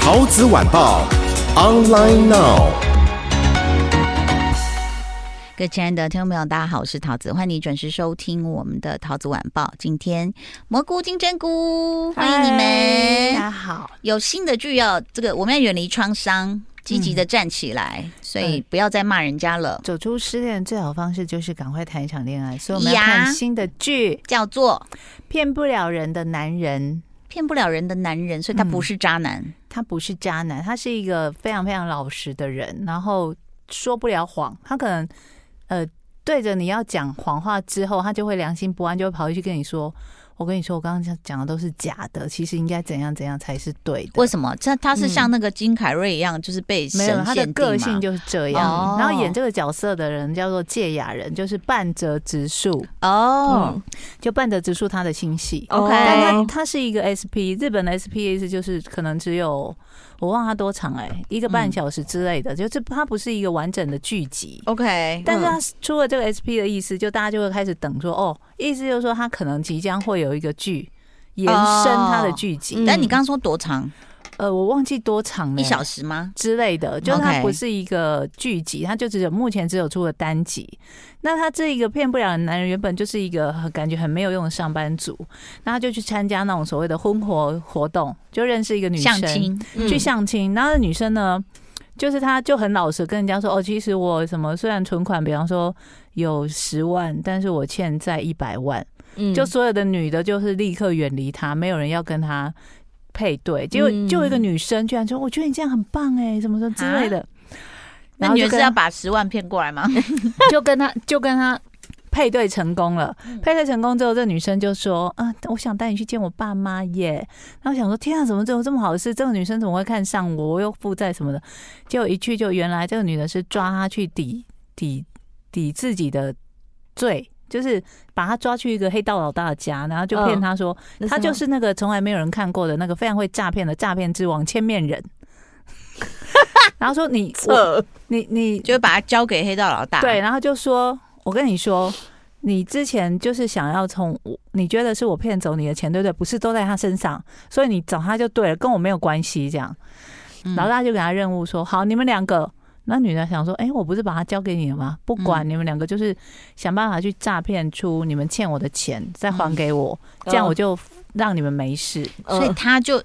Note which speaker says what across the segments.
Speaker 1: 桃子晚报，online now。
Speaker 2: 各位亲爱的听众朋友，大家好，我是桃子，欢迎你准时收听我们的《桃子晚报》。今天蘑菇金针菇，欢迎你
Speaker 3: 嗨大
Speaker 2: 们！
Speaker 3: 家好，
Speaker 2: 有新的剧要这个，我们要远离创伤，积极的站起来，
Speaker 3: 嗯
Speaker 2: 所以不要再骂人家了。
Speaker 3: 走出失恋的最好方式就是赶快谈一场恋爱，所以我们要
Speaker 2: 呀
Speaker 3: 看新的剧《
Speaker 2: 叫做
Speaker 3: 骗不了人的男人》。
Speaker 2: 骗不了人的男人，所以他不是渣男。
Speaker 3: 他不是渣男，他是一个非常非常老实的人，然后说不了谎。他可能呃对着你要讲谎话之后，他就会良心不安，就会跑回去跟你说：“我跟你说，我刚刚讲讲的都是假的，其实应该怎样怎样才是对的。”
Speaker 2: 为什么？这他是像那个金凯瑞一样，就是被神
Speaker 3: 没有，他的
Speaker 2: 限定
Speaker 3: 个
Speaker 2: 嘛
Speaker 3: 性就是这样。
Speaker 2: 哦
Speaker 3: 然后演这个角色的人叫做芥雅人，就是半泽直树。
Speaker 2: 哦、
Speaker 3: 嗯，就半泽直树他的新戏。
Speaker 4: 哦
Speaker 2: OK
Speaker 3: 但他他是一个 SP，日本的 SP 的意思就是可能只有我忘了他多长哎、一个半小时之类的，就是它不是一个完整的剧集。
Speaker 2: o k
Speaker 3: 但是他出了这个 SP 的意思，就大家就会开始等说哦，意思就是说他可能即将会有一个剧延伸他的剧集。
Speaker 2: 但你刚刚说多长？
Speaker 3: 呃，我忘记多长哎了、
Speaker 2: 一小时吗？
Speaker 3: 之类的，就是它
Speaker 2: OK
Speaker 3: 不是一个剧集，它就只有目前只有出了单集。那他这一个骗不了的男人，原本就是一个很感觉很没有用的上班族，那他就去参加那种所谓的婚活活动，就认识一个女
Speaker 2: 相
Speaker 3: 生，
Speaker 2: 亲？
Speaker 3: 去相亲。然后那女生呢，就是她就很老实跟人家说，哦，其实我什么虽然存款，比方说有十万，但是我欠债一百万。
Speaker 5: 嗯
Speaker 3: 就所有的女的，就是立刻远离他，没有人要跟他配对。结果
Speaker 5: 嗯
Speaker 3: 就有一个女生居然说：“我觉得你这样很棒哎，什么什么之类的。”
Speaker 2: 那
Speaker 3: 然后
Speaker 2: 女
Speaker 3: 就
Speaker 2: 人是
Speaker 3: 跟
Speaker 2: 要
Speaker 3: 他
Speaker 2: 把十万骗过来吗？
Speaker 3: 就跟他就跟他嗯配对成功了。配对成功之后，这女生就说：“啊，我想带你去见我爸妈耶。”然后想说：“天啊，怎么有这么好的事？这个女生怎么会看上我？我又负债什么的。”结果一去就原来这个女的是抓他去抵抵抵自己的罪。就是把他抓去一个黑道老大的家，然后就骗他说，
Speaker 5: 那
Speaker 3: 他
Speaker 5: 时候
Speaker 3: 就是嗯那个从来没有人看过的那个非常会诈骗的诈骗之王千面 人。然后说你 我
Speaker 5: 测
Speaker 3: 你你
Speaker 2: 就把它交给黑道老大。
Speaker 3: 对，，然后就说：“我跟你说，你之前就是想要从我，你觉得是我骗走你的钱，对不对？不是都在他身上，所以你找他就对了，跟我没有关系。”这样，
Speaker 2: 嗯
Speaker 3: 老大就给他任务说：“好，你们两个。”那女的想说：“哎、我不是把他交给你了吗？不管、你们两个，就是想办法去诈骗出你们欠我的钱，再还给我，这样我就让你们没事。
Speaker 2: 所以
Speaker 5: 嗯
Speaker 2: 他就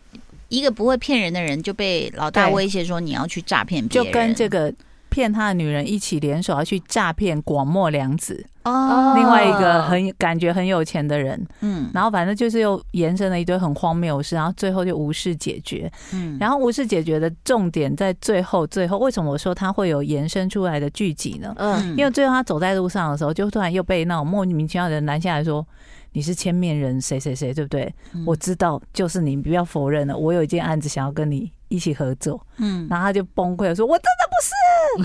Speaker 2: 一个不会骗人的人就被老大
Speaker 3: 对
Speaker 2: 威胁说你要去诈骗别
Speaker 3: 就
Speaker 2: 人，
Speaker 3: 跟这个骗他的女人一起联手要去诈骗广末凉子，
Speaker 2: 哦
Speaker 3: 另外一个很感觉很有钱的人。”
Speaker 2: 嗯
Speaker 3: 然后反正就是又延伸了一堆很荒谬的事，然后最后就无视解决。
Speaker 2: 嗯
Speaker 3: 然后无视解决的重点在最后，最后为什么我说它会有延伸出来的剧集呢？
Speaker 5: 嗯，
Speaker 3: 因为最后他走在路上的时候，就突然又被那种莫名其妙的人拦下来说：“你是千面人谁谁谁，对不对？
Speaker 2: 嗯
Speaker 3: 我知道，就是你，不要否认了。我有一件案子想要跟你一起合作。”
Speaker 2: 嗯，
Speaker 3: 然后他就崩溃了，说：“我真的不是。”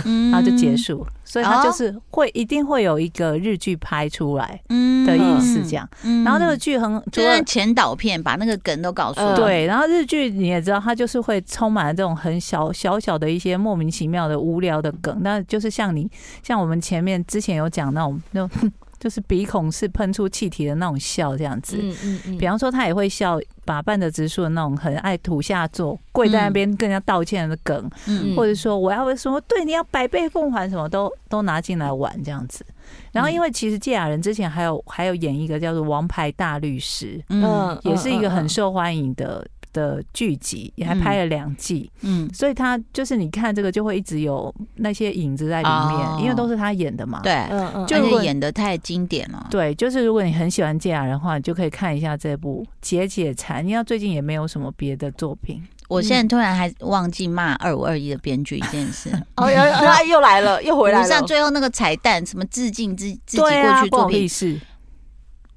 Speaker 2: 嗯
Speaker 3: 然后就结，束了。所以他
Speaker 2: 哦
Speaker 3: 就是会一定会有一个日剧拍出来
Speaker 2: 嗯
Speaker 3: 的意思，这样。
Speaker 2: 嗯
Speaker 3: 然后这个剧很除
Speaker 2: 就
Speaker 3: 了呃
Speaker 2: 算前导片把那个梗都搞出来，
Speaker 5: 嗯
Speaker 3: 对，然后日剧你也知道，它就是会充满了这种很小小小的一些莫名其妙的无聊的梗，那就是像你像我们前面之前有讲那种那种 就是鼻孔是喷出气体的那种笑这样子。
Speaker 5: 嗯嗯嗯
Speaker 3: 比方说，他也会笑把半泽直树的那种很爱土下座、跪
Speaker 5: 嗯
Speaker 3: 在那边跟人家道歉的梗，
Speaker 2: 嗯
Speaker 3: 或者说我要什么对你要百倍奉还什么都都拿进来玩这样子。然
Speaker 5: 嗯
Speaker 3: 后，因为其实芥雅人之前还有还有演一个叫做《王牌大律师》，
Speaker 2: 嗯
Speaker 3: 也是一个很受欢迎的的剧集，也还拍了两季，
Speaker 2: 嗯，
Speaker 3: 所以他就是你看这个就会一直有那些影子在里面，
Speaker 2: 哦
Speaker 3: 因为都是他演的嘛。
Speaker 2: 对，
Speaker 5: 嗯嗯，
Speaker 3: 呃就
Speaker 2: 而
Speaker 3: 如果
Speaker 2: 且演的太经典了，
Speaker 3: 对，就是如果你很喜欢芥雅人的话，你就可以看一下这部《解解馋》，因为他最近也没有什么别的作品。
Speaker 2: 我现在
Speaker 3: 嗯
Speaker 2: 突然还忘记骂二五二一的编剧一件 事，
Speaker 5: 哦，然后他又来了，又回来
Speaker 2: 像
Speaker 5: 了，
Speaker 2: 最后那个彩蛋，什么致敬自自己
Speaker 3: 对
Speaker 2: 过
Speaker 3: 啊，
Speaker 2: 去
Speaker 3: 关
Speaker 2: 作
Speaker 3: 我屁
Speaker 2: 品，
Speaker 3: 事。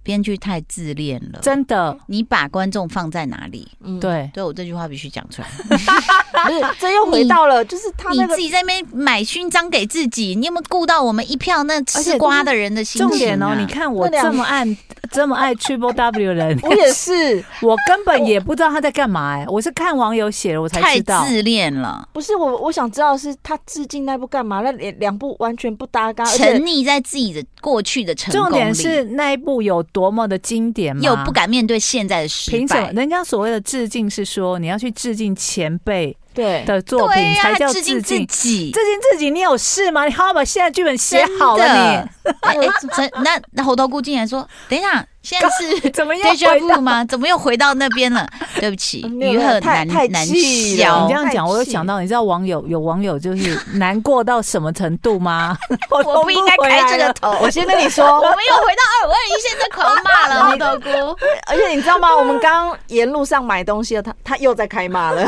Speaker 2: 编剧太自恋了，
Speaker 3: 真的
Speaker 2: 你把观众放在哪里？
Speaker 5: 嗯，
Speaker 3: 对。
Speaker 2: 对我这句话必须讲 出来。
Speaker 5: 不是，这又回到了，就是他
Speaker 2: 你
Speaker 5: 那个
Speaker 2: 自己在那边买勋章给自己，你有没有顾到我们一票那吃瓜的人的心情、啊？
Speaker 3: 重点哦，你看我
Speaker 5: 那两
Speaker 3: 这么 爱这么爱 Triple W 的人，
Speaker 5: 我也是，
Speaker 3: 我根本也不知道他在干嘛哎，我是看网友写的我才
Speaker 2: 太
Speaker 3: 知道。啊
Speaker 2: 自恋了，
Speaker 5: 不是我，我想知道是他致敬那部干嘛？那两两部完全不搭嘎，而
Speaker 2: 沉
Speaker 5: 且
Speaker 2: 溺在自己的过去的成功
Speaker 3: 重
Speaker 2: 里，
Speaker 3: 点是那一部有多么的经典吗？
Speaker 2: 又不敢面对现在的失
Speaker 3: 凭什么？
Speaker 2: 败。
Speaker 3: 人家所谓的致敬是说你要去致敬前辈
Speaker 5: 对，
Speaker 3: 的作品
Speaker 2: 对呀、
Speaker 3: 才叫
Speaker 2: 致敬自
Speaker 3: 敬。
Speaker 2: 己，
Speaker 3: 致敬自己，你有事吗？你好好把现在剧本写
Speaker 2: 真
Speaker 3: 好了
Speaker 2: 的。哎、哎真那那猴头菇竟然说：“等一下，现在
Speaker 3: 你，
Speaker 2: 是
Speaker 3: 怎么
Speaker 2: d
Speaker 3: 又
Speaker 2: e j a
Speaker 3: 回
Speaker 2: vu
Speaker 3: 到？
Speaker 2: 吗？怎么又回到那边了？对不起，
Speaker 5: 没有
Speaker 2: 鱼很
Speaker 5: 太
Speaker 2: 难
Speaker 5: 太
Speaker 2: 难
Speaker 5: 气了
Speaker 3: 你
Speaker 2: 消
Speaker 3: 这。样
Speaker 5: 太
Speaker 3: 讲，我有
Speaker 5: 气
Speaker 3: 想到，你知道 网友有网友就是难过到什么程度吗？
Speaker 2: 我不应该
Speaker 5: 哎
Speaker 2: 开这个头，
Speaker 5: 我先跟你说
Speaker 2: 我，们又回到二五二一，现在狂骂了猴头菇。
Speaker 5: 而且你知道吗？我们刚刚沿路上买东西了，他他又在开骂了。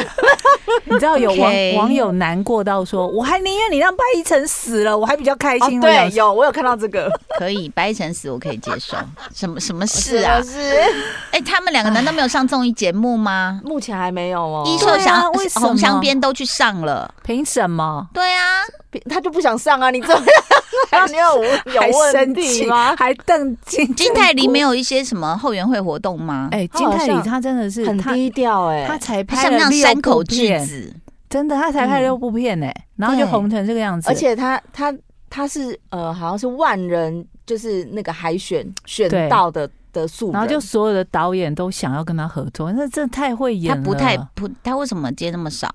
Speaker 3: 你知道有网
Speaker 2: OK
Speaker 3: 网友难过到说，我还宁愿你让白一晨死了，我还比较开
Speaker 5: 哦
Speaker 3: 心。我
Speaker 5: 对
Speaker 3: 想，
Speaker 5: 有我有看到这个，
Speaker 2: 可以，白一晨死我可以接受。什么什么事啊
Speaker 5: 真的？是
Speaker 2: 哎、他们两个难道没有上综艺节目吗？
Speaker 5: 目前还没有哦，
Speaker 2: 一
Speaker 3: 说
Speaker 2: 秀祥、
Speaker 3: 为什么
Speaker 2: 红香边都去上了。
Speaker 3: 凭什么？
Speaker 2: 对啊，
Speaker 5: 他就不想上啊，你这样 你有
Speaker 3: 还
Speaker 5: 有问
Speaker 3: 生
Speaker 5: 题
Speaker 3: 气
Speaker 5: 吗？
Speaker 3: 还瞪金
Speaker 2: 金泰梨没有一些什么后援会活动吗？
Speaker 3: 哎，
Speaker 5: 他
Speaker 3: 金
Speaker 5: 好
Speaker 3: 泰里
Speaker 5: 像
Speaker 3: 他真的是
Speaker 5: 很
Speaker 3: 他
Speaker 5: 低调哎、
Speaker 3: 他才
Speaker 2: 他
Speaker 3: 拍
Speaker 2: 像不
Speaker 3: 了
Speaker 2: 像
Speaker 3: 六
Speaker 2: 山口
Speaker 3: 部
Speaker 2: 智
Speaker 3: 片，
Speaker 2: 子？
Speaker 3: 真的他才拍了六部片呢，然后就
Speaker 2: 对
Speaker 3: 红成这个样子。
Speaker 5: 嗯而且他他他是呃，好像是万人就是那个海选选
Speaker 3: 对
Speaker 5: 到的的素人，
Speaker 3: 然后就所有的导演都想要跟他合作，那真的太会演
Speaker 2: 他
Speaker 3: 了。
Speaker 2: 不太不，他为什么接那么少？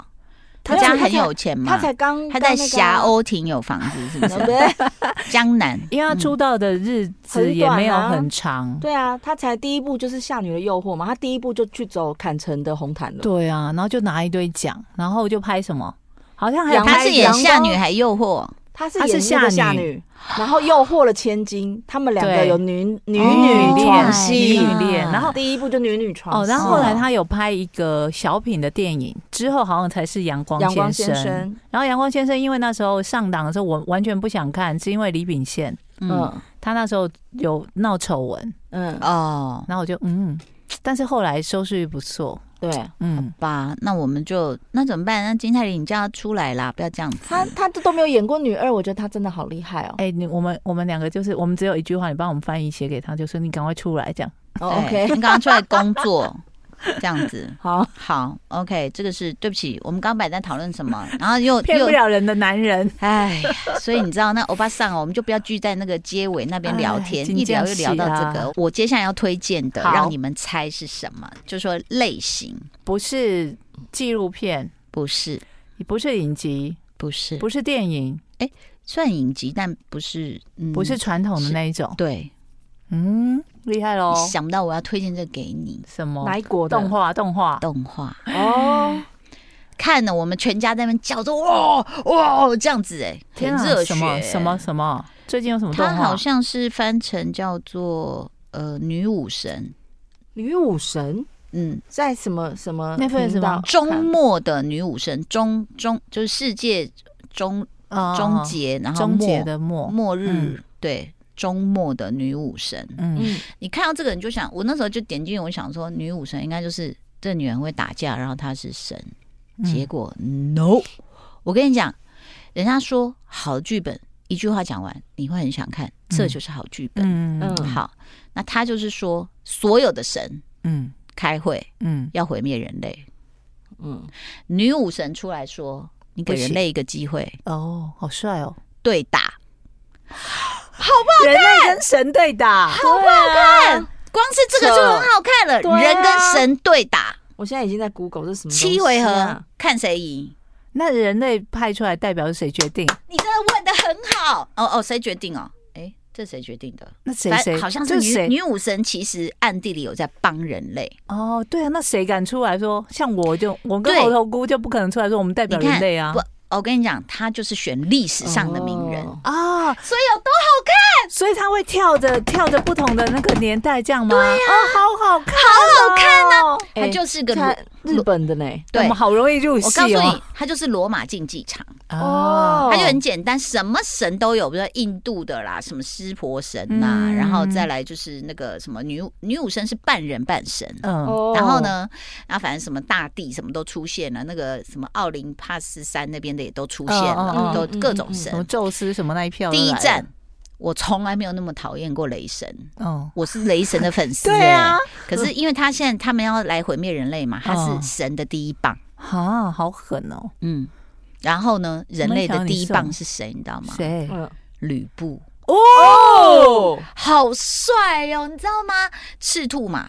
Speaker 2: 他
Speaker 5: 没有
Speaker 2: 家
Speaker 5: 他
Speaker 2: 很
Speaker 5: 才
Speaker 2: 有钱吗？
Speaker 5: 他才刚
Speaker 2: 他在霞
Speaker 3: 哦
Speaker 5: 欧，
Speaker 2: 欧亭有房子，是不
Speaker 5: 对不
Speaker 2: 是？
Speaker 5: 呃对？
Speaker 2: 江南，
Speaker 3: 因
Speaker 5: 嗯
Speaker 3: 为他出道的日子也没有很长。
Speaker 5: 对啊，他才第一部就是《夏女的诱惑》嘛，他第一部就去走坎城的红毯了。
Speaker 3: 对啊，然后就拿一堆奖，然后就拍什么，好像还有
Speaker 5: 阳光
Speaker 3: 拍
Speaker 2: 他是演
Speaker 5: 阳
Speaker 2: 《
Speaker 5: 光
Speaker 2: 夏女孩诱惑》，
Speaker 5: 他是
Speaker 3: 她是
Speaker 5: 演那
Speaker 3: 夏
Speaker 5: 个夏
Speaker 3: 女
Speaker 5: 女，然后诱惑了千金，他们两个
Speaker 3: 对
Speaker 5: 有女女
Speaker 3: 哦
Speaker 5: 女床戏
Speaker 3: 女，恋然后
Speaker 5: 第一部就女女床
Speaker 3: 哦，
Speaker 5: 戏
Speaker 3: 然后后来他有拍一个小品的电影，之后好像才是《阳光
Speaker 5: 阳光
Speaker 3: 先生》
Speaker 5: 先生，
Speaker 3: 然后《阳光先生》因为那时候上档的时候，我完全不想看，是因为李秉宪
Speaker 2: 嗯
Speaker 5: 嗯
Speaker 3: 他那时候有闹丑闻，
Speaker 5: 嗯，
Speaker 2: 哦，
Speaker 3: 然后我就嗯，但是后来收视率不错，
Speaker 5: 对
Speaker 3: 嗯，
Speaker 2: 吧，那我们就那怎么办？那金泰梨你叫他出来啦，不要这样子。
Speaker 5: 他他都都没有演过女二，我觉得他真的好厉害哦。
Speaker 3: 哎、你我们我们两个就是我们只有一句话，你帮我们翻译写给他，就说你赶快出来这样。
Speaker 5: 哦
Speaker 2: 对
Speaker 5: OK，
Speaker 2: 你刚刚出来工作，这样 子。
Speaker 5: 好，
Speaker 2: 好，OK，这个是对不起，我们刚本来在讨论什么，然后又
Speaker 3: 骗不
Speaker 2: 又
Speaker 3: 了人的男人，
Speaker 2: 哎，所以你知道那欧巴桑哦，我们就不要聚在那个结尾那边聊天，
Speaker 3: 哎
Speaker 2: 一聊又
Speaker 3: 真
Speaker 2: 聊
Speaker 3: 是
Speaker 2: 到这
Speaker 3: 啊
Speaker 2: 个。我接下来要推荐的，
Speaker 5: 好
Speaker 2: 让你们猜是什么？就说类型，
Speaker 3: 不是纪录片，
Speaker 2: 不是，
Speaker 3: 不是影集，
Speaker 2: 不是，
Speaker 3: 不是电影，
Speaker 2: 算影集，但不是，嗯
Speaker 3: 不是传统的那一种。
Speaker 2: 对。
Speaker 3: 嗯，厉害喽！
Speaker 2: 想不到我要推荐这给你
Speaker 3: 什么
Speaker 5: 哪一国的
Speaker 3: 动画？动画
Speaker 2: 动画，
Speaker 5: 哦，
Speaker 2: 看了我们全家在那边叫着哇哇这样子哎、
Speaker 3: 天
Speaker 2: 很
Speaker 3: 啊
Speaker 2: 热血
Speaker 3: 什么什么什么？最近有什么动
Speaker 2: 它
Speaker 3: 画
Speaker 2: 好？像是翻成叫做呃女武神，
Speaker 5: 女武神
Speaker 2: 嗯，
Speaker 5: 在什么什么
Speaker 3: 那份
Speaker 5: 频
Speaker 3: 什么
Speaker 5: 道
Speaker 2: 周
Speaker 5: 看
Speaker 2: 末的女武神，中中就是世界中
Speaker 3: 哦
Speaker 2: 终结，然后
Speaker 3: 终结
Speaker 2: 末
Speaker 3: 的末。
Speaker 2: 末日
Speaker 3: 嗯
Speaker 2: 对。周末的女武神，
Speaker 3: 嗯，
Speaker 5: 嗯
Speaker 2: 你看到这个你就想，我那时候就点进去，我想说女武神应该就是这女人会打架，然后她是神，
Speaker 3: 嗯
Speaker 2: 结果 no，我跟你讲，人家说好的剧本一句话讲完，你会很想看，这就是好剧本。
Speaker 3: 嗯嗯
Speaker 5: 嗯
Speaker 2: 好，那他就是说，所有的神
Speaker 3: 嗯
Speaker 2: 开会
Speaker 3: 嗯，
Speaker 2: 要毁灭人类，
Speaker 5: 嗯，
Speaker 2: 女武神出来说，你给人类一个机会
Speaker 3: 哦，好帅哦！
Speaker 2: 对打，
Speaker 3: 人类跟神对打，
Speaker 2: 看，光是这个就很好看
Speaker 5: 对
Speaker 2: 了，
Speaker 5: 啊
Speaker 2: 人跟神对打
Speaker 5: 我现在已经在 Google 这是什么
Speaker 2: 七
Speaker 5: 东西
Speaker 2: 回合
Speaker 5: 啊，
Speaker 2: 看谁赢。
Speaker 3: 那人类派出来代表是谁决定？
Speaker 2: 你真的问的很好，哦哦，谁决定哦？哎，这谁决定的？
Speaker 3: 那谁
Speaker 2: 反
Speaker 3: 谁
Speaker 2: 好像
Speaker 3: 就是
Speaker 2: 女
Speaker 3: 谁
Speaker 2: 女武神，其实暗地里有在帮人类。
Speaker 3: 哦，对啊，那谁敢出来说？像我就我跟
Speaker 2: 对
Speaker 3: 猴头菇就不可能出来说我们代表
Speaker 2: 你看哦
Speaker 3: 人类啊
Speaker 2: 不，我跟你讲，他就是选历史上的名人，
Speaker 5: 哦
Speaker 3: 啊！
Speaker 2: 所以有多好看？
Speaker 3: 所以他会跳着跳着不同的那个年代这样吗？对呀、好好看，
Speaker 2: 啊
Speaker 3: 哦
Speaker 2: 好好看呐、
Speaker 5: 哎
Speaker 2: 它就是个
Speaker 5: 看
Speaker 2: 罗
Speaker 5: 日本的呢，
Speaker 3: 我
Speaker 2: 对
Speaker 3: 们。好容易入
Speaker 2: 我告诉
Speaker 3: 戏哦
Speaker 2: 你。，它就是罗马竞技场，
Speaker 3: 哦，
Speaker 2: 它就很简单，什么神都有，比如说印度的啦，什么湿婆神呐、
Speaker 3: 嗯
Speaker 2: 然后再来就是那个什么女武女武神是半人半神，
Speaker 3: 嗯，
Speaker 5: 哦
Speaker 2: 然后？呢，然后反正什么大地什么都出现了，那个什么奥林帕斯山那边的也都出现了，
Speaker 3: 嗯嗯嗯
Speaker 2: 都
Speaker 5: 嗯
Speaker 2: 各种
Speaker 3: 什么
Speaker 2: 神。
Speaker 3: 宙斯什么那一票，
Speaker 2: 第一站，，我从来没有那么讨厌过雷神，
Speaker 3: 嗯，
Speaker 2: 我是雷神的粉丝、
Speaker 3: 对啊
Speaker 2: 欸，可是因为他现在他们要来毁灭人类嘛，他
Speaker 3: 哦
Speaker 2: 是神的第一棒，
Speaker 3: 啊，好狠哦，
Speaker 2: 嗯。然后呢，人类的第一
Speaker 3: 我没想到你
Speaker 2: 棒
Speaker 3: 是
Speaker 2: 是谁？你知道吗？
Speaker 3: 谁？
Speaker 5: 嗯
Speaker 2: 吕布，
Speaker 5: 哦，
Speaker 2: 好帅哟、你知道吗？赤兔马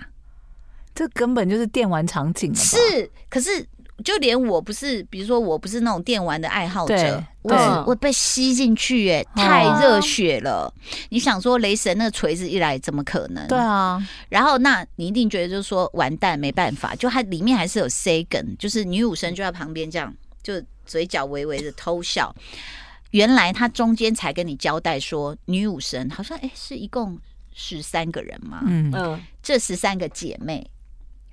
Speaker 3: 这根本就是电玩场景了吧，
Speaker 2: 是，可是就连我不是，比如说我不是那种电玩的爱好者
Speaker 3: 对，
Speaker 2: 我只
Speaker 5: 对
Speaker 2: 我被吸进去、耶，
Speaker 3: 哦
Speaker 2: 太热血了。你想说雷神那锤子一来，怎么可能？
Speaker 3: 对。啊，
Speaker 2: 然后那你一定觉得就是说完蛋，没办法，就它里面还是有 C 梗，就是女武神就在旁边这样，就嘴角微微的偷笑。原来他中间才跟你交代说，女武神好像哎是一共十三个人嘛，
Speaker 3: 嗯，
Speaker 5: 嗯，
Speaker 2: 这十三个姐妹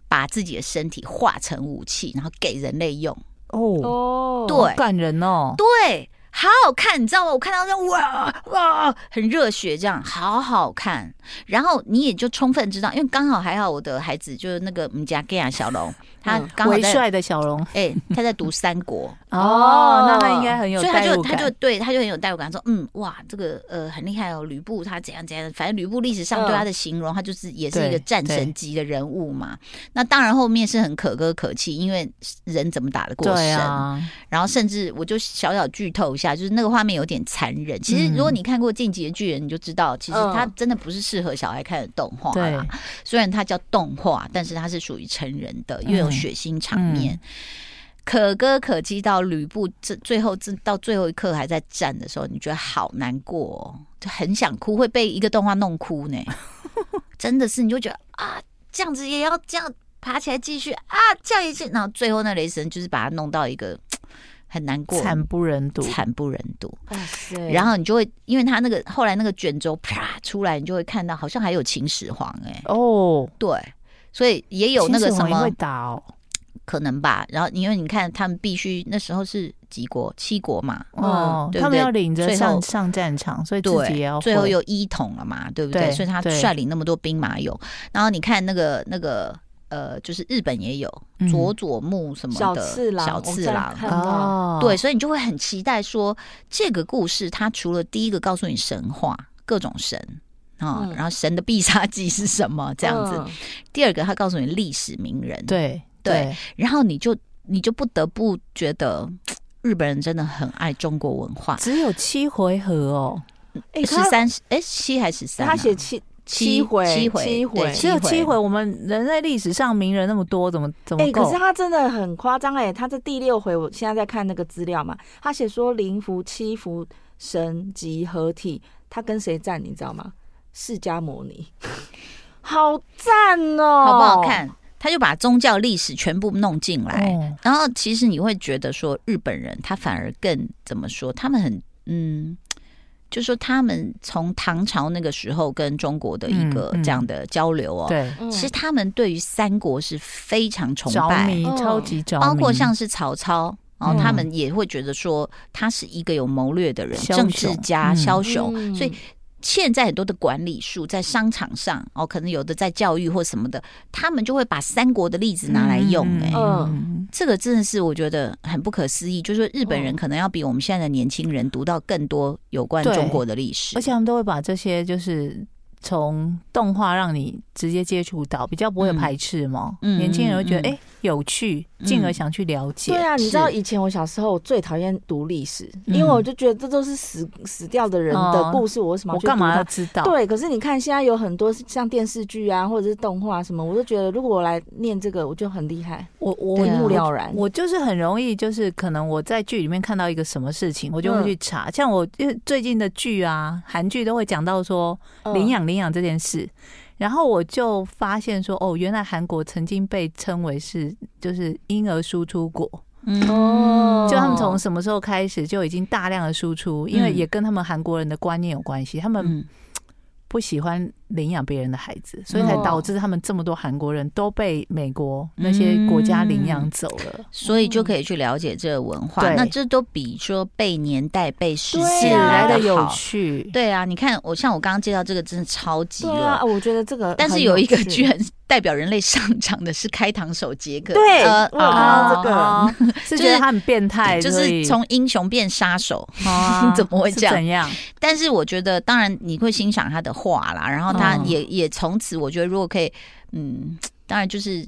Speaker 2: 把自己的身体化成武器，然后给人类用。
Speaker 3: 哦，
Speaker 5: 哦，
Speaker 2: 对
Speaker 3: 好感人哦，
Speaker 2: 对，好好看，你知道吗？我看到那种哇哇，很热血，这样好好看。然后你也就充分知道，因为刚好还好我的孩子就是那个我们家 g a 小龙，他
Speaker 5: 嗯
Speaker 2: 刚好
Speaker 3: 微
Speaker 2: 在
Speaker 3: 帅的小龙，
Speaker 2: 哎、他在读三国，
Speaker 5: 哦
Speaker 3: 哦，那他应该很有
Speaker 2: 所以他
Speaker 3: 代
Speaker 2: 就
Speaker 3: 入
Speaker 2: 他
Speaker 3: 感，
Speaker 2: 就对他就很有代入感，说嗯哇，这个呃很厉害哦，吕布他怎样怎样，反正吕布历史上
Speaker 5: 嗯
Speaker 2: 对他的形容，他就是也是
Speaker 3: 对
Speaker 2: 一个战神级的人物嘛。那当然后面是很可歌可泣，因为人怎么打得过
Speaker 3: 对
Speaker 2: 神？
Speaker 3: 啊，
Speaker 2: 然后甚至我就小小剧透一下，就是那个画面有点残忍。其实如果你看过《进击的巨人》，你就知道，其实它
Speaker 5: 嗯
Speaker 2: 真的不是适合小孩看的动画
Speaker 3: 对
Speaker 2: 啦。虽然它叫动画，但是它是属于成人的，因为有血腥场面。可歌可泣到吕布这最后这到最后一刻还在战的时候，你觉得好难过、哦，就很想哭，会被一个动画弄哭呢。真的是，你就觉得啊，这样子也要这样爬起来继续啊，这样也是。然后最后那雷神就是把他弄到一个很难过、
Speaker 3: 惨不忍睹，
Speaker 2: 惨不忍睹。
Speaker 5: 哇塞，
Speaker 2: 然后你就会，因为他那个后来那个卷轴啪出来，你就会看到好像还有秦始皇哎、
Speaker 3: 哦，
Speaker 2: 对，所以也有那个
Speaker 3: 秦始
Speaker 2: 什
Speaker 3: 皇也
Speaker 2: 么
Speaker 3: 会打哦，
Speaker 2: 可能吧。然后因为你看他们必须那时候是几国七国嘛，
Speaker 3: 哦，
Speaker 2: 嗯对不
Speaker 3: 他们
Speaker 2: 对
Speaker 3: 要领着
Speaker 2: 最后
Speaker 3: 上上战场，所以自己也要
Speaker 2: 对，
Speaker 3: 会
Speaker 2: 最后有一统了嘛，对不对？
Speaker 3: 对
Speaker 2: 所以他
Speaker 3: 对
Speaker 2: 率领那么多兵马俑，然后你看那个那个呃，就是日本也有
Speaker 3: 嗯
Speaker 2: 佐佐木什么
Speaker 5: 小
Speaker 2: 的
Speaker 5: 次郎，
Speaker 2: 小
Speaker 5: 我
Speaker 2: 次
Speaker 5: 这样
Speaker 2: 郎。
Speaker 5: 看到，
Speaker 3: 哦
Speaker 2: 对，，所以你就会很期待说，这个故事它除了第一个告诉你神话各种神啊、
Speaker 5: 嗯
Speaker 2: 然后神的必杀技是什么这样子，
Speaker 5: 嗯
Speaker 2: 第二个它告诉你历史名人，
Speaker 3: 对
Speaker 2: 对，然后你就你就不得不觉得嗯日本人真的很爱中国文化。
Speaker 3: 只有七回合哦，
Speaker 5: 哎
Speaker 2: 十，三哎七还是十三、
Speaker 5: 他他写七
Speaker 2: 七
Speaker 5: 七回
Speaker 2: 七回
Speaker 5: 七
Speaker 2: 对
Speaker 5: 回，
Speaker 3: 只有
Speaker 2: 七回
Speaker 3: 七回，我们人类历史上名人那么多，怎么怎
Speaker 5: 哎、
Speaker 3: 么
Speaker 5: 可
Speaker 3: 够
Speaker 5: 是？他真的很夸张哎！他这第六回，我现在在看那个资料嘛，他写说灵符七符神级合体，他跟谁战你知道吗？释迦摩尼，好赞哦、
Speaker 2: 好不好？看？他就把宗教历史全部弄进来，
Speaker 3: 哦
Speaker 2: 然后其实你会觉得说日本人他反而更怎么说？他们很嗯，就说他们从唐朝那个时候跟中国的一个
Speaker 3: 嗯嗯
Speaker 2: 这样的交流哦，
Speaker 3: 对，
Speaker 5: 嗯
Speaker 2: 其实他们对于三国是非常崇
Speaker 3: 着
Speaker 2: 拜
Speaker 3: 迷，，
Speaker 5: 嗯
Speaker 3: 超级着迷，
Speaker 2: 包括像是曹操。然后
Speaker 3: 嗯
Speaker 2: 他们也会觉得说他是一个有谋略的人，
Speaker 3: 枭雄
Speaker 2: 政治家、
Speaker 3: 嗯
Speaker 2: 枭雄，
Speaker 5: 嗯
Speaker 2: 所以现在很多的管理术在商场上哦，可能有的在教育或什么的，他们就会把三国的例子拿来用、哎、
Speaker 3: 嗯，
Speaker 2: 这个真的是我觉得很不可思议，就是说日本人
Speaker 5: 嗯
Speaker 2: 可能要比我们现在的年轻人读到更多有关
Speaker 3: 对
Speaker 2: 中国的历史，
Speaker 3: 而且他们都会把这些就是从动画让你直接接触到，比较不会
Speaker 2: 嗯
Speaker 3: 排斥嘛。
Speaker 2: 嗯
Speaker 3: 年轻人会觉得
Speaker 2: 嗯嗯嗯
Speaker 3: 哎有趣，进而想去了解
Speaker 5: 对。啊，你
Speaker 2: 是
Speaker 5: 知道以前我小时候我最讨厌读历史，
Speaker 3: 嗯
Speaker 5: 因为我就觉得这都是死死掉的人
Speaker 3: 哦
Speaker 5: 的故事，我为什么
Speaker 3: 我
Speaker 5: 要去读
Speaker 3: 干嘛
Speaker 5: 它
Speaker 3: 要知道？
Speaker 5: 对，可是你看现在有很多像电视剧啊，或者是动画什么，我都觉得如果我来念这个，我就很厉害，
Speaker 3: 我我
Speaker 2: 对
Speaker 5: 一
Speaker 2: 啊
Speaker 5: 目了然。
Speaker 3: 我就是很容易，就是可能我在剧里面看到一个什么事情，我就会
Speaker 5: 嗯
Speaker 3: 去查。像我因为最近的剧啊，韩剧都会讲到说
Speaker 5: 嗯
Speaker 3: 领养领养这件事，然后我就发现说，
Speaker 5: 嗯
Speaker 3: 哦，原来韩国曾经被称为是就是婴儿输出国，
Speaker 2: 嗯
Speaker 5: 哦，
Speaker 3: 就他们从什么时候开始就已经大量的输出，因为
Speaker 2: 嗯
Speaker 3: 也跟他们韩国人的观念有关系，他们
Speaker 2: 嗯
Speaker 3: 不喜欢领养别人的孩子，所以
Speaker 2: 哦
Speaker 3: 才导致他们这么多韩国人都被美国那些国家领养走了。
Speaker 2: 所以就可以去了解这个文化。
Speaker 3: 对
Speaker 5: 嗯
Speaker 2: 那这都比说被年代、被时
Speaker 5: 对
Speaker 2: 间
Speaker 5: 啊
Speaker 3: 来
Speaker 2: 的
Speaker 3: 的有趣，
Speaker 2: 对啊，你看我像我刚刚介绍这个，真的超级
Speaker 5: 对
Speaker 2: 了。
Speaker 5: 啊，我觉得这个很趣，
Speaker 2: 但是有一个居然代表人类上场的是开膛手杰克，
Speaker 5: 对，
Speaker 2: 呃
Speaker 5: 我有看到这
Speaker 3: 哦
Speaker 5: 个，
Speaker 3: 是觉得他很变态，
Speaker 2: 就
Speaker 3: 所
Speaker 2: 是
Speaker 3: 以
Speaker 2: 从英雄变杀手。
Speaker 3: 啊
Speaker 2: 怎么会这样
Speaker 3: 是怎样？
Speaker 2: 但是我觉得，当然你会欣赏他的画啦，然后他
Speaker 3: 嗯
Speaker 2: 也、也从此，我觉得如果可以，嗯，当然就是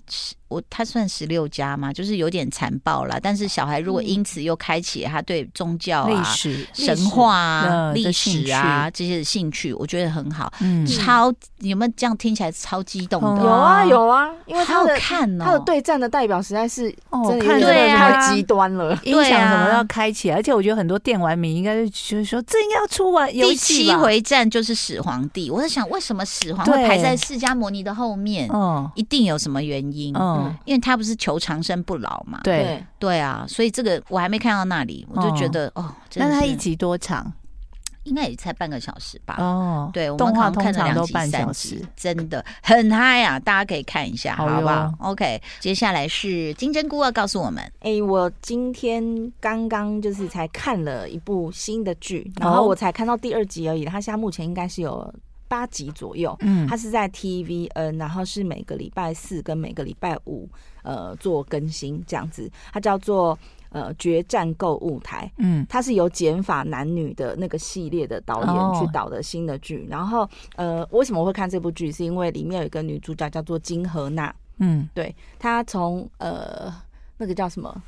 Speaker 2: 我他算十六家嘛，就是有点残暴啦。但是小孩如果因此又开启了他对宗教
Speaker 3: 历
Speaker 2: 啊、
Speaker 3: 史，
Speaker 2: 神话啊、
Speaker 3: 嗯
Speaker 2: 历
Speaker 3: 的兴
Speaker 2: 史啊这些的兴趣，我觉得很好。
Speaker 3: 嗯
Speaker 2: 超有没有这样听起来超激动的？
Speaker 3: 嗯
Speaker 5: 有啊有啊，因为
Speaker 2: 好
Speaker 5: 他
Speaker 2: 好
Speaker 5: 的
Speaker 2: 看哦，
Speaker 5: 他的对战的代表实在是
Speaker 3: 哦
Speaker 5: 真的
Speaker 3: 看
Speaker 5: 有
Speaker 2: 着
Speaker 5: 点
Speaker 3: 对啊
Speaker 5: 太极端了。
Speaker 3: 音响什么都要
Speaker 2: 啊
Speaker 3: 开起来，而且我觉得很多电玩迷应该就觉得说，这应该要出玩游
Speaker 2: 第
Speaker 3: 戏
Speaker 2: 七
Speaker 3: 吧，
Speaker 2: 回战就是始皇帝，我在想为什么始皇会
Speaker 3: 对
Speaker 2: 排在释迦摩尼的后面，
Speaker 3: 嗯
Speaker 2: 一定有什么原因。
Speaker 3: 嗯，
Speaker 2: 因为他不是求长生不老嘛，
Speaker 3: 对。，嗯
Speaker 2: 对啊，所以这个我还没看到那里，我就觉得哦，真
Speaker 3: 那
Speaker 2: 的
Speaker 3: 它
Speaker 2: 是
Speaker 3: 一集多长？
Speaker 2: 应该也才半个小时吧。
Speaker 3: 哦，
Speaker 2: 对，我们
Speaker 3: 动画
Speaker 2: 好像
Speaker 3: 通
Speaker 2: 看了
Speaker 3: 常
Speaker 2: 两
Speaker 3: 都
Speaker 2: 集
Speaker 3: 半
Speaker 2: 三
Speaker 3: 小
Speaker 2: 集
Speaker 3: 时。
Speaker 2: 真的很嗨啊！大家可以看一下，
Speaker 3: 好
Speaker 2: 好不好
Speaker 3: 哟
Speaker 2: ？OK，接下来是金针菇要啊告诉我们，
Speaker 5: 哎，我今天刚刚就是才看了一部新的剧，然
Speaker 2: 哦
Speaker 5: 后我才看到第二集而已，它现在目前应该是有八集左右。
Speaker 3: 嗯
Speaker 5: 它，是在 TVN，然后是每个礼拜四跟每个礼拜五呃做更新这样子。它叫做呃决战购物台，
Speaker 3: 嗯，
Speaker 5: 它是由减法男女的那个系列的导
Speaker 3: 哦
Speaker 5: 演去导的新的剧。然后呃，为什么会看这部剧？是因为里面有一个女主角叫做金荷娜，
Speaker 3: 嗯，
Speaker 5: 她从呃那个叫什么？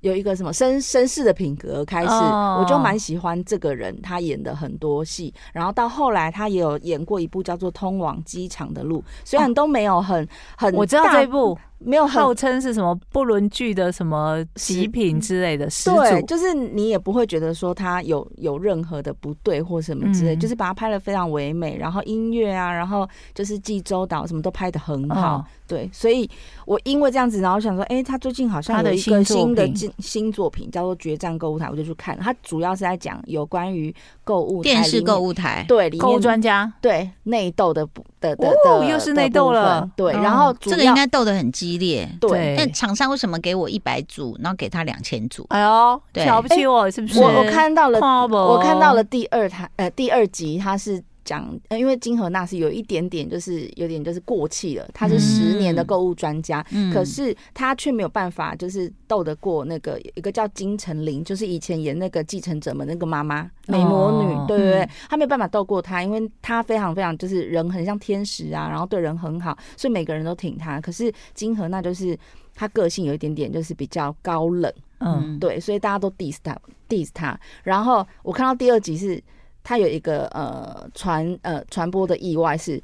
Speaker 5: 有一个什么绅绅士的品格开始
Speaker 3: 哦
Speaker 5: 我就蛮喜欢这个人，他演的很多戏，然后到后来他也有演过一部叫做《通往机场的路》，虽然都没有很很
Speaker 3: 我知道
Speaker 5: 大
Speaker 3: 这一部
Speaker 5: 没有很
Speaker 3: 号称是什么不伦剧的什么极品之类的始
Speaker 5: 嗯对，
Speaker 3: 祖，
Speaker 5: 就是你也不会觉得说他有有任何的不对或什么之类，
Speaker 3: 嗯
Speaker 5: 就是把它拍的非常唯美，然后音乐啊，然后就是济州岛什么都拍的很好，
Speaker 3: 哦
Speaker 5: 对，所以我因为这样子，然后想说，哎、他最近好像
Speaker 3: 他
Speaker 5: 有
Speaker 3: 的
Speaker 5: 一
Speaker 3: 新
Speaker 5: 个
Speaker 3: 作
Speaker 5: 新的
Speaker 3: 品
Speaker 5: 新新作品叫做《决战购物台》，我就去看了，它主要是在讲有关于购物
Speaker 2: 电视购
Speaker 5: 物
Speaker 2: 物台，
Speaker 5: 对里
Speaker 3: 购物
Speaker 5: 面
Speaker 3: 专家，
Speaker 5: 对内斗的部的的
Speaker 3: 哦
Speaker 5: 的
Speaker 3: 又是
Speaker 5: 的
Speaker 3: 内斗
Speaker 5: 部分
Speaker 3: 了
Speaker 5: 对，
Speaker 3: 哦
Speaker 5: 然后主
Speaker 2: 这个
Speaker 5: 要
Speaker 2: 应该斗得很激烈。
Speaker 5: 对。
Speaker 2: 那厂商为什么给我一百组，然后给他两千组？
Speaker 3: 哎呦，
Speaker 2: 对
Speaker 3: 瞧不起我是不嗯是？
Speaker 5: 我我看到了
Speaker 3: 看不
Speaker 5: 我看到了，第二台呃第二集，它是讲、呃，因为金荷娜是有一点点就是有点就是过气了，她是十年的购物专家。
Speaker 2: 嗯
Speaker 5: 可是她却没有办法，就是斗得过那个一个叫金城玲，就是以前演那个继承者们那个妈妈美魔女，
Speaker 2: 嗯
Speaker 3: 哦
Speaker 5: 对对对，她没有办法斗过她，因为她非常非常就是人很像天使啊，然后对人很好，所以每个人都挺她。可是金荷娜就是她个性有一点点就是比较高冷，
Speaker 3: 嗯，
Speaker 5: 对，所以大家都 diss 他，diss 他。然后我看到第二集是他有一个呃传呃传播的意外是，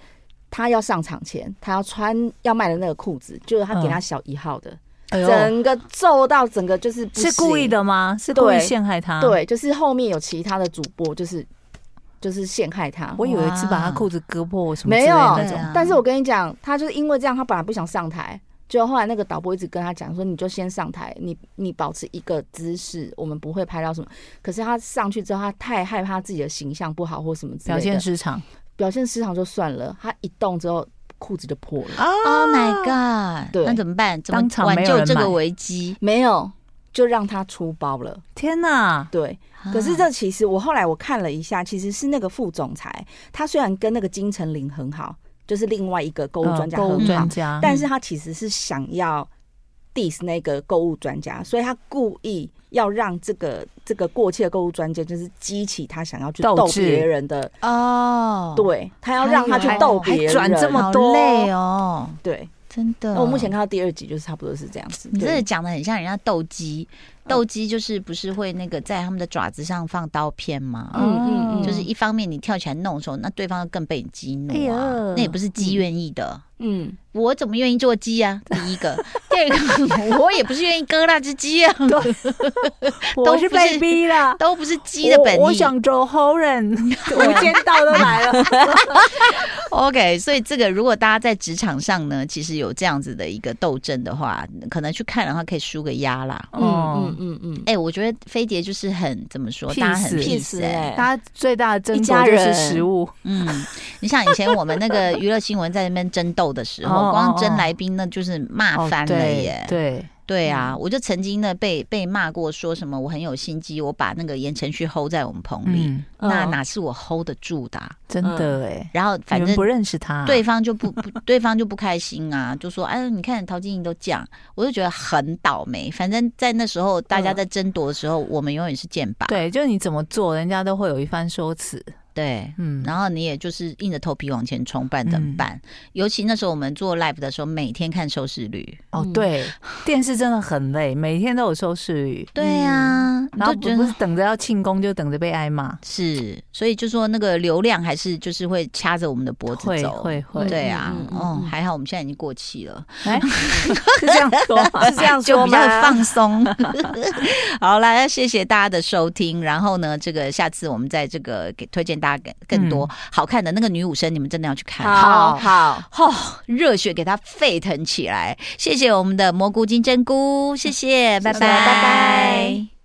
Speaker 5: 他要上场前他要穿要卖的那个裤子，就是他给他
Speaker 3: 嗯
Speaker 5: 小一号的，
Speaker 3: 哎呦
Speaker 5: 整个皱到整个就是不
Speaker 3: 是故意
Speaker 5: 行。
Speaker 3: 的吗？是故意
Speaker 5: 对
Speaker 3: 陷害他？，
Speaker 5: 对，就是后面有其他的主播就是就是陷害他。
Speaker 3: 我以为是把他
Speaker 2: 哇
Speaker 3: 裤子割破什么之
Speaker 5: 没
Speaker 3: 类
Speaker 5: 有
Speaker 3: 的那
Speaker 2: 对
Speaker 3: 种。
Speaker 2: 啊
Speaker 5: 但是我跟你讲，他就是因为这样，他本来不想上台，就后来那个导播一直跟他讲说，你就先上台，你你保持一个姿势，我们不会拍到什么。可是他上去之后，他太害怕自己的形象不好或什么之类
Speaker 3: 表
Speaker 5: 的，
Speaker 3: 现失常
Speaker 5: 表现失常就算了，他一动之后裤子就破了，
Speaker 3: 啊
Speaker 2: Oh my god！
Speaker 5: 对
Speaker 2: 那怎么办？怎么
Speaker 3: 当场
Speaker 2: 挽
Speaker 3: 没有
Speaker 2: 救
Speaker 3: 人
Speaker 2: 这个
Speaker 3: 买
Speaker 2: 危机？
Speaker 5: 没有就让他出包了，
Speaker 3: 天哪！
Speaker 5: 对。
Speaker 2: 啊
Speaker 5: 可是这其实我后来我看了一下，其实是那个副总裁，他虽然跟那个金城林很好，就是另外一个购物专家
Speaker 3: 嗯购
Speaker 5: 很好，
Speaker 3: 物专家，
Speaker 5: 但是他其实是想要 diss 那个购物专家，所以他故意要让这个这个过气的购物专家，就是激起他想要去
Speaker 3: 斗
Speaker 5: 斗
Speaker 3: 志
Speaker 5: 别人的，
Speaker 2: 哦，
Speaker 5: 对他要让他去斗别人，
Speaker 3: 还转这么
Speaker 2: 好
Speaker 3: 多
Speaker 2: 累哦，
Speaker 5: 对。
Speaker 2: 真的。
Speaker 5: 那我目前看到第二集就是差不多是这样子，
Speaker 2: 你这个
Speaker 5: 对嗯
Speaker 2: 讲的很像人家斗鸡，斗鸡就是不是会那个在他们的爪子上放刀片吗？
Speaker 5: 嗯嗯嗯
Speaker 2: 就是一方面你跳起来弄的时候，那对方更被你激怒啊
Speaker 3: 哎呦，
Speaker 2: 那也不是鸡愿意的，
Speaker 5: 嗯，
Speaker 2: 我怎么愿意做鸡啊？第一 个，第二个，我也不是愿意割那只鸡啊，
Speaker 3: 我
Speaker 2: 都
Speaker 3: 是
Speaker 2: 不
Speaker 3: 被
Speaker 2: 是
Speaker 3: 逼了。
Speaker 2: 都不是鸡的本意。
Speaker 3: 我我想走红人，
Speaker 5: 嗯无间道都来了，
Speaker 2: OK，所以这个如果大家在职场上呢，其实有这样子的一个斗争的话，可能去看的话可以输个压啦。
Speaker 5: 嗯
Speaker 3: 嗯，
Speaker 5: 嗯嗯
Speaker 2: 哎、我觉得飞碟就是很怎么说，
Speaker 3: Peace
Speaker 2: 大家很
Speaker 5: 嗯，屁
Speaker 2: peace
Speaker 5: 死
Speaker 2: 哎、
Speaker 5: 哎，
Speaker 3: 他最大的争
Speaker 5: 一
Speaker 3: 夺
Speaker 5: 家
Speaker 3: 就是
Speaker 5: 人
Speaker 3: 食物，
Speaker 2: 嗯，你像以前我们那个娱乐新闻在那边争斗的时
Speaker 3: 哦哦
Speaker 2: 候，
Speaker 3: 哦
Speaker 2: 光争来宾那就是骂翻了耶。
Speaker 3: 对，
Speaker 2: 对啊，我就曾经呢被被骂过，说什么我很有心机，我把那个言承旭 hold 在我们棚里，
Speaker 3: 嗯，
Speaker 2: 那
Speaker 5: 嗯
Speaker 2: 哪是我 hold 得住的啊、
Speaker 3: 真的哎，
Speaker 2: 然后反
Speaker 3: 你
Speaker 2: 正
Speaker 3: 们不认识他，
Speaker 2: 对，方就不不，对方就不开心啊，就说：“哎，你看陶晶莹都讲，我就觉得很倒霉。反正，在那时候大家在争夺的时候，我们永远是剑拔。
Speaker 3: 对，就是你怎么做，人家都会有一番说辞，
Speaker 2: 对
Speaker 3: 嗯，
Speaker 2: 然后你也就是硬着头皮往前冲，不然怎么
Speaker 3: 嗯
Speaker 2: 办？尤其那时候我们做 live 的时候，每天看收视率。
Speaker 3: 哦，对，电视真的很累，每天都有收视率，
Speaker 2: 对呀、啊，你
Speaker 3: 然后
Speaker 2: 就
Speaker 3: 不
Speaker 2: 觉
Speaker 3: 不
Speaker 2: 得
Speaker 3: 是等着要庆功，就等着被挨骂，
Speaker 2: 是，所以就说那个流量还是就是会掐着我们的脖子
Speaker 3: 会
Speaker 2: 走。
Speaker 3: 会会，
Speaker 2: 对啊，
Speaker 5: 嗯嗯嗯
Speaker 2: 哦
Speaker 5: 嗯，
Speaker 2: 还好我们现在已经过气了。
Speaker 3: 哎，啊是这样说吗，
Speaker 5: 是这样
Speaker 2: 就
Speaker 5: 说
Speaker 2: 比较
Speaker 5: 吗？
Speaker 2: 放松。 好啦，谢谢大家的收听。然后呢，这个下次我们在这个给推荐大家更更多
Speaker 3: 嗯
Speaker 2: 好看的那个女武生，你们真的要去看。
Speaker 5: 好好，
Speaker 2: 哦，热血给它沸腾起来！谢谢我们的蘑菇金针菇，谢谢，拜拜，
Speaker 5: 拜拜。